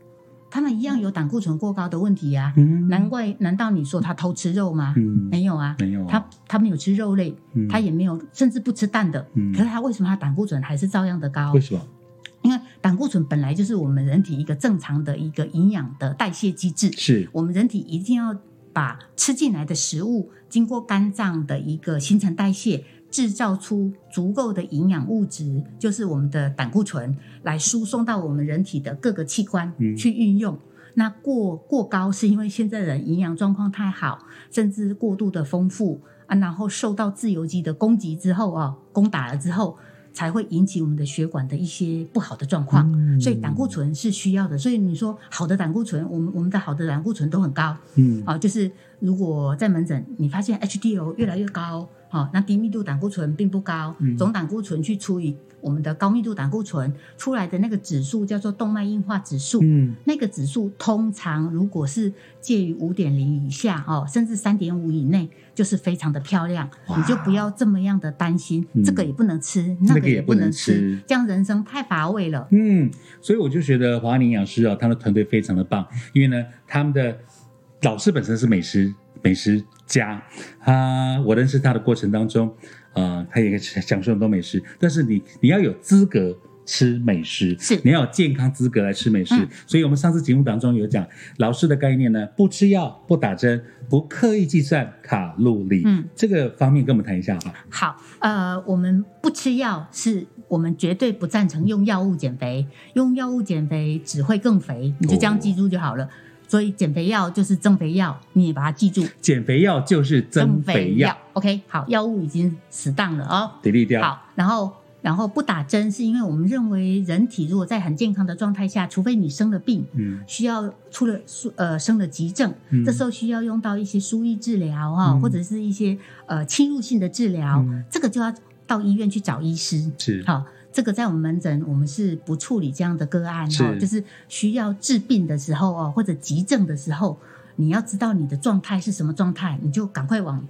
C: 他们一样有胆固醇过高的问题呀、
A: 嗯
C: 难怪，难道你说他偷吃肉吗？
A: 嗯
C: 没有啊，
A: 没有啊
C: 他他没有吃肉类，
A: 嗯
C: 他也没有，甚至不吃蛋的。
A: 嗯
C: 可是他为什么他胆固醇还是照样的高
A: 为？什么
C: 因为胆固醇本来就是我们人体一个正常的一个营养的代谢机制，
A: 是
C: 我们人体一定要把吃进来的食物经过肝脏的一个新陈代谢，制造出足够的营养物质，就是我们的胆固醇，来输送到我们人体的各个器官
A: 嗯
C: 去运用。那过过高是因为现在人营养状况太好，甚至过度的丰富啊，然后受到自由基的攻击之后啊，攻打了之后，才会引起我们的血管的一些不好的状况。
A: 嗯
C: 所以胆固醇是需要的。所以你说好的胆固醇，我们我们的好的胆固醇都很高
A: 嗯
C: 啊，就是如果在门诊你发现 HDL 越来越高，啊，那低密度胆固醇并不高
A: 嗯，
C: 总胆固醇去除以我们的高密度胆固醇出来的那个指数叫做动脉硬化指数。
A: 嗯
C: 那个指数通常如果是介于五点零以下哦，甚至三点五以内，就是非常的漂亮，
A: 哇
C: 你就不要这么样的担心，
A: 嗯
C: 这个也不能吃，
A: 那
C: 那
A: 个
C: 个
A: 也
C: 也
A: 不
C: 不能
A: 能
C: 吃
A: 吃，
C: 这样人生太乏味了。
A: 嗯，所以我就觉得华安营养师啊，他们的团队非常的棒，因为呢，他们的老师本身是美食美食家，啊，我认识他的过程当中，呃，他也享受很多美食，但是你你要有资格。吃美食
C: 是
A: 你要有健康资格来吃美食，
C: 嗯
A: 所以我们上次节目当中有讲老师的概念呢，不吃药、不打针、不刻意计算卡路里，
C: 嗯，
A: 这个方面跟我们谈一下吧。
C: 好，呃，我们不吃药是我们绝对不赞成用药物减肥，用药物减肥只会更肥，你就这样记住就好了。所以减肥药就是增肥药，你也把它记住，
A: 减肥药就是增肥药，
C: OK，好，药物已经适当了哦。
A: 得力掉。
C: 好，然后然后不打针，是因为我们认为人体如果在很健康的状态下，除非你生了病，
A: 嗯
C: 需要出了疏呃生了急症，
A: 嗯
C: 这时候需要用到一些输液治疗啊，
A: 嗯
C: 或者是一些呃侵入性的治疗，
A: 嗯
C: 这个就要到医院去找医师。
A: 是
C: 好、这个在我们门诊我们是不处理这样的个案哦
A: 是，
C: 就是需要治病的时候哦，或者急症的时候，你要知道你的状态是什么状态，你就赶快往。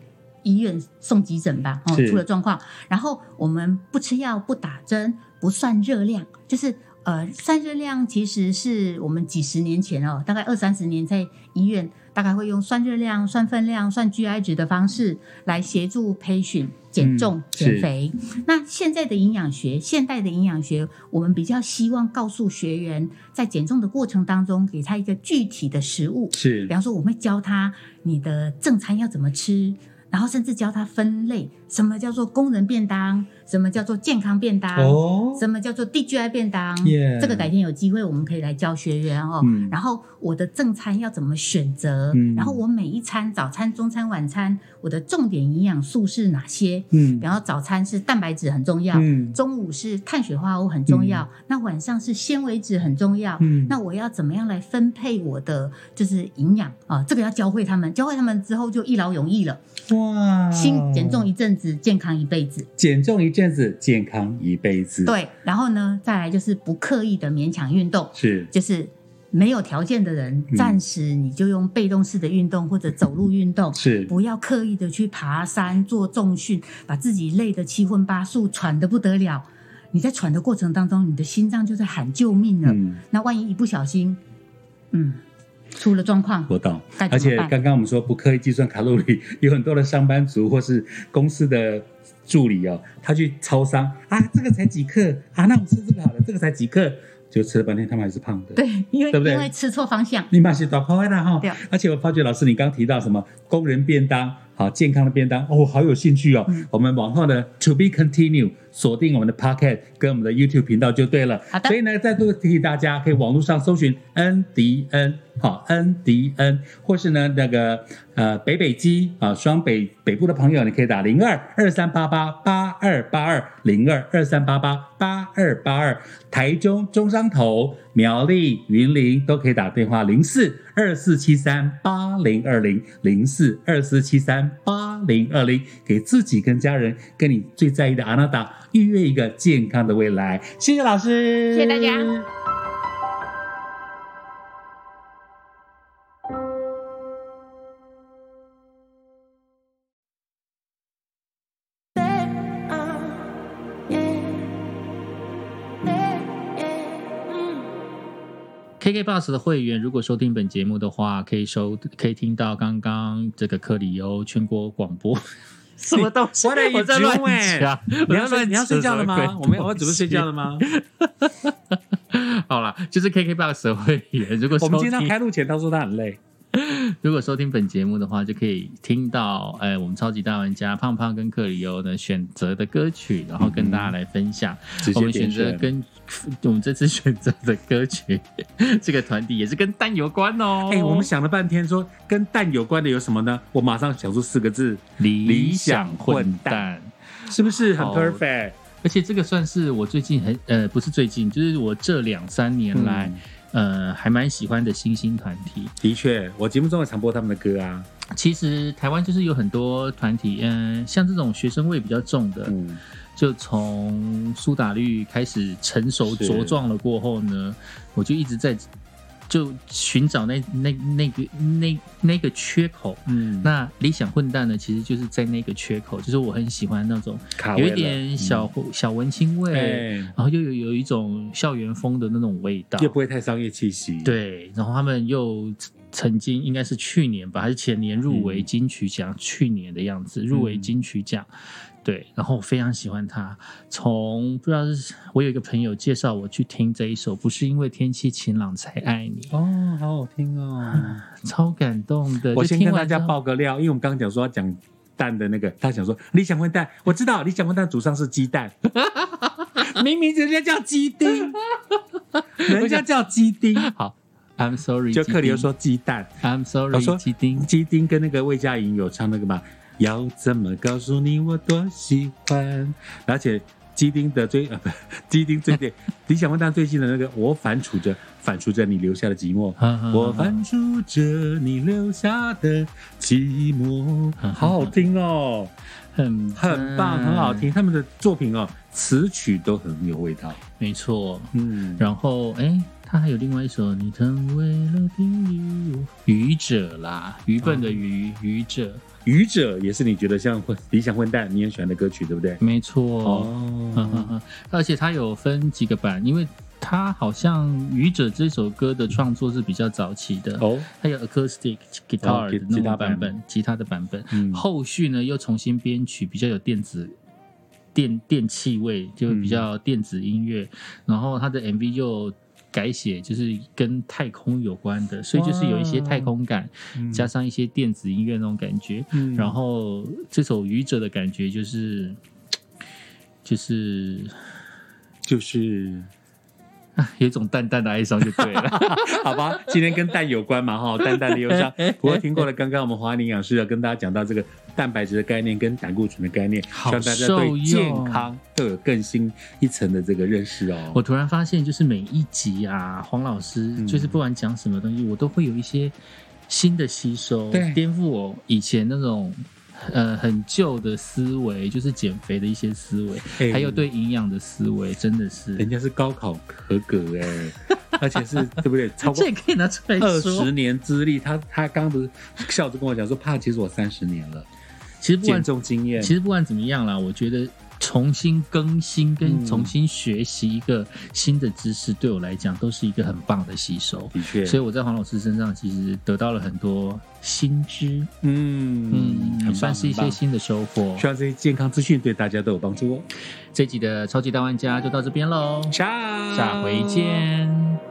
C: 医院送急诊吧，哦，
A: 是
C: 出了状况，然后我们不吃药、不打针、不算热量，就是呃，算热量其实是我们几十年前哦，大概二三十年在医院大概会用算热量、算分量、算 GI 值的方式来协助培训减重、
A: 嗯是
C: 减肥。那现在的营养学，现代的营养学，我们比较希望告诉学员，在减重的过程当中，给他一个具体的食物，
A: 是
C: 比方说，我们会教他你的正餐要怎么吃，然后甚至教他分类，什么叫做工人便当，什么叫做健康便当，
A: 哦，
C: 什么叫做 DGI 便当
A: Yeah
C: 这个改天有机会我们可以来教学员哦。
A: 嗯
C: 然后我的正餐要怎么选择？
A: 嗯
C: 然后我每一餐早餐、中餐、晚餐，我的重点营养素是哪些？
A: 嗯
C: 然后早餐是蛋白质很重要，
A: 嗯
C: 中午是碳水化合物很重要，那晚上是纤维质很重要。
A: 嗯
C: 那我要怎么样来分配我的就是营养啊？这个要教会他们，教会他们之后就一劳永逸了，
A: 哇，
C: 心减重一阵子，健康一辈子。
A: 减重一阵子，健康一辈子，，
C: 对，然后呢，再来就是不刻意的勉强运动，
A: 是
C: 就是没有条件的人，
A: 嗯
C: 暂时你就用被动式的运动或者走路 运动，
A: 是
C: 不要刻意的去爬山做重训，把自己累得七荤八素，喘得不得了。你在喘的过程当中，你的心脏就在喊救命了。
A: 嗯，
C: 那万一一不小心，嗯，出了状况，
A: 我懂。
C: 该
A: 而
C: 怎
A: 且
C: 么办？
A: 刚刚我们说不刻意计算卡路里，有很多的上班族或是公司的助理哦，他去超商啊，这个才几克啊，那我们吃这个好了，这个才几克，就吃了半天，他们还是胖的。，
C: 对，因为
A: 对不对
C: 因为吃错方向，
A: 你把是打破坏了哈
C: 对。
A: 而且我发觉老师你刚提到什么工人便当，好健康的便当，哦，我好有兴趣哦。
C: 嗯
A: 我们往后呢，to be continue，锁定我们的 Pocket 跟我们的 YouTube 频道就对了。
C: 好的
A: 所以呢，再度提醒大家，可以网络上搜寻恩迪恩，好恩迪恩，或是呢那个呃北北基啊，双北北部的朋友，你可以打零二二三八八八二八二零二二三八八八二八二，台中中山头、苗栗、云林都可以打电话零四二四七三八零二零零四二四七三八零二零，给自己跟家人跟你最在意的阿娜达预约一个健康的未来。谢谢老师，
C: 谢谢大家。
B: KK Bus 的会员，如果收听本节目的话，可以收可以听到刚刚这个克里欧全国广 播。什么东西？
A: What are you
B: 我在乱
A: doing？
B: 讲。
A: 你要
B: 我在
A: 睡
B: 乱
A: 你要睡觉了
B: 扯什
A: 吗？
B: 么
A: 我
B: 鬼
A: 们我要准备睡觉了吗？
B: 好啦，就是 KKBOX 的会员，如果
A: 我
B: 收
A: 们今天
B: 听
A: 开录前他说他很累，
B: 如果收听本节目的话，就可以听到，呃，我们超级大玩家胖胖跟克里欧呢选择的歌曲，然后跟大家来分享。
A: 直接
B: 我们
A: 点
B: 选择
A: 选
B: 跟我们这次选择的歌曲，这个团体也是跟蛋有关哦。
A: 哎、我们想了半天说跟蛋有关的有什么呢？我马上想出四个字，
B: 理
A: 想
B: 想
A: 混
B: 混蛋。
A: 是不是很
B: 好
A: perfect？
B: 而且这个算是我最近很呃，不是最近，就是我这两三年来，
A: 嗯
B: 呃，还蛮喜欢的新兴团体。
A: 的确，我节目中也常播他们的歌啊。
B: 其实台湾就是有很多团体，嗯、像这种学生味比较重的，
A: 嗯，
B: 就从苏打绿开始成熟
A: 是
B: 茁壮了过后呢，我就一直在就寻找那那那个那那个缺口。
A: 嗯
B: 那理想混蛋呢，其实就是在那个缺口，就是我很喜欢那种
A: 卡
B: 有
A: 位
B: 一
A: 了
B: 点小、小文青味，
A: 嗯哎，
B: 然后又有有一种校园风的那种味道
A: 又。不会太商业气息。，
B: 对，然后他们又曾经应该是去年吧，还是前年入围
A: 嗯
B: 金曲奖，去年的样子入围
A: 嗯
B: 金曲奖。对，然后我非常喜欢他。从不知道是我有一个朋友介绍我去听这一首，不是因为天气晴朗才爱你，
A: 哦，好好听哦。
B: 超感动 的。
A: 我
B: 就
A: 先
B: 听
A: 跟大
B: 完
A: 家
B: 之后
A: 爆个料，因为我们刚刚讲说要讲蛋的那个，他想说理想混蛋，我知道理想混蛋祖上是鸡 蛋，明明人家叫鸡丁，人家叫 鸡丁，
B: 好，I'm sorry，
A: 就
B: 基
A: 克里又
B: 丁
A: 说鸡蛋，
B: I'm
A: 我说
B: sorry，基丁。
A: 鸡丁跟那个魏佳莹有唱那个嘛，要怎么告诉你我多喜欢，而且基丁的最 呃不，基丁最对理想混蛋最近的那个，我反刍着反刍着你留下的寂寞，我反刍着你留下的寂寞，
B: 嗯
A: 好好听哦，
B: 很
A: 很棒，很好，听。他们的作品哦，词曲都很有味道。
B: 没错。
A: 嗯，
B: 然后，哎，他还有另外一首《你曾为了定义我》，愚者啦，愚笨的愚，愚者，
A: 愚者也是你觉得像混理想混蛋你很喜欢的歌曲，对不对？
B: 没错。嗯呵呵
A: 哦，
B: 呵而且他有分几个版，因为他好像《愚者》这首歌的创作是比较早期的，
A: 哦，
B: 它有 acoustic guitar
A: 哦
B: 的
A: 吉
B: 那
A: 吉他
B: 种
A: 版
B: 版本，吉他的版本。
A: 嗯
B: 后续呢又重新编曲，比较有电子电电气味，就比
A: 嗯
B: 较电子音乐。然后它的 MV 又改写，就是跟太空有关的，所以就是有一些太空感，
A: 嗯
B: 加上一些电子音乐那种感觉。
A: 嗯
B: 然后这首《愚者》的感觉就是。就是
A: 就是
B: 啊，有一种淡淡的哀伤就对了。
A: 好吧，今天跟蛋有关嘛哈，蛋蛋的忧伤。不过听过了刚刚我们华宁营养师要跟大家讲到这个蛋白质的概念跟胆固醇的概念，希
B: 好
A: 望大家
B: 受
A: 对
B: 用
A: 健康都有更新一层的这个认识哦。
B: 我突然发现，就是每一集啊，黄老师
A: 嗯
B: 就是不管讲什么东西，我都会有一些新的吸收，
A: 对
B: 颠覆我以前那种呃很旧的思维，就是减肥的一些思维，
A: 哎
B: 还有对营养的思维，真的是
A: 人家是高考合格哎，而且是对不对？超过
B: 这也可以拿出来
A: 二
B: 说
A: 十。年资历，他他刚不是笑着跟我讲说，怕其实我三十年了，
B: 其实不
A: 减
B: 管
A: 重经验。
B: 其实不管怎么样啦，我觉得重新更新跟
A: 嗯
B: 重新学习一个新的知识，对我来讲都是一个很棒的吸收。
A: 的确，
B: 所以我在黄老师身上其实得到了很多新知。
A: 嗯，
B: 嗯，
A: 很
B: 算
A: 棒
B: 是一
A: 很
B: 些
A: 棒
B: 新的收获
A: 希。望这些健康资讯对大家都有帮助哦。
B: 这集的超级大玩家就到这边喽，
A: 下
B: 下回。见。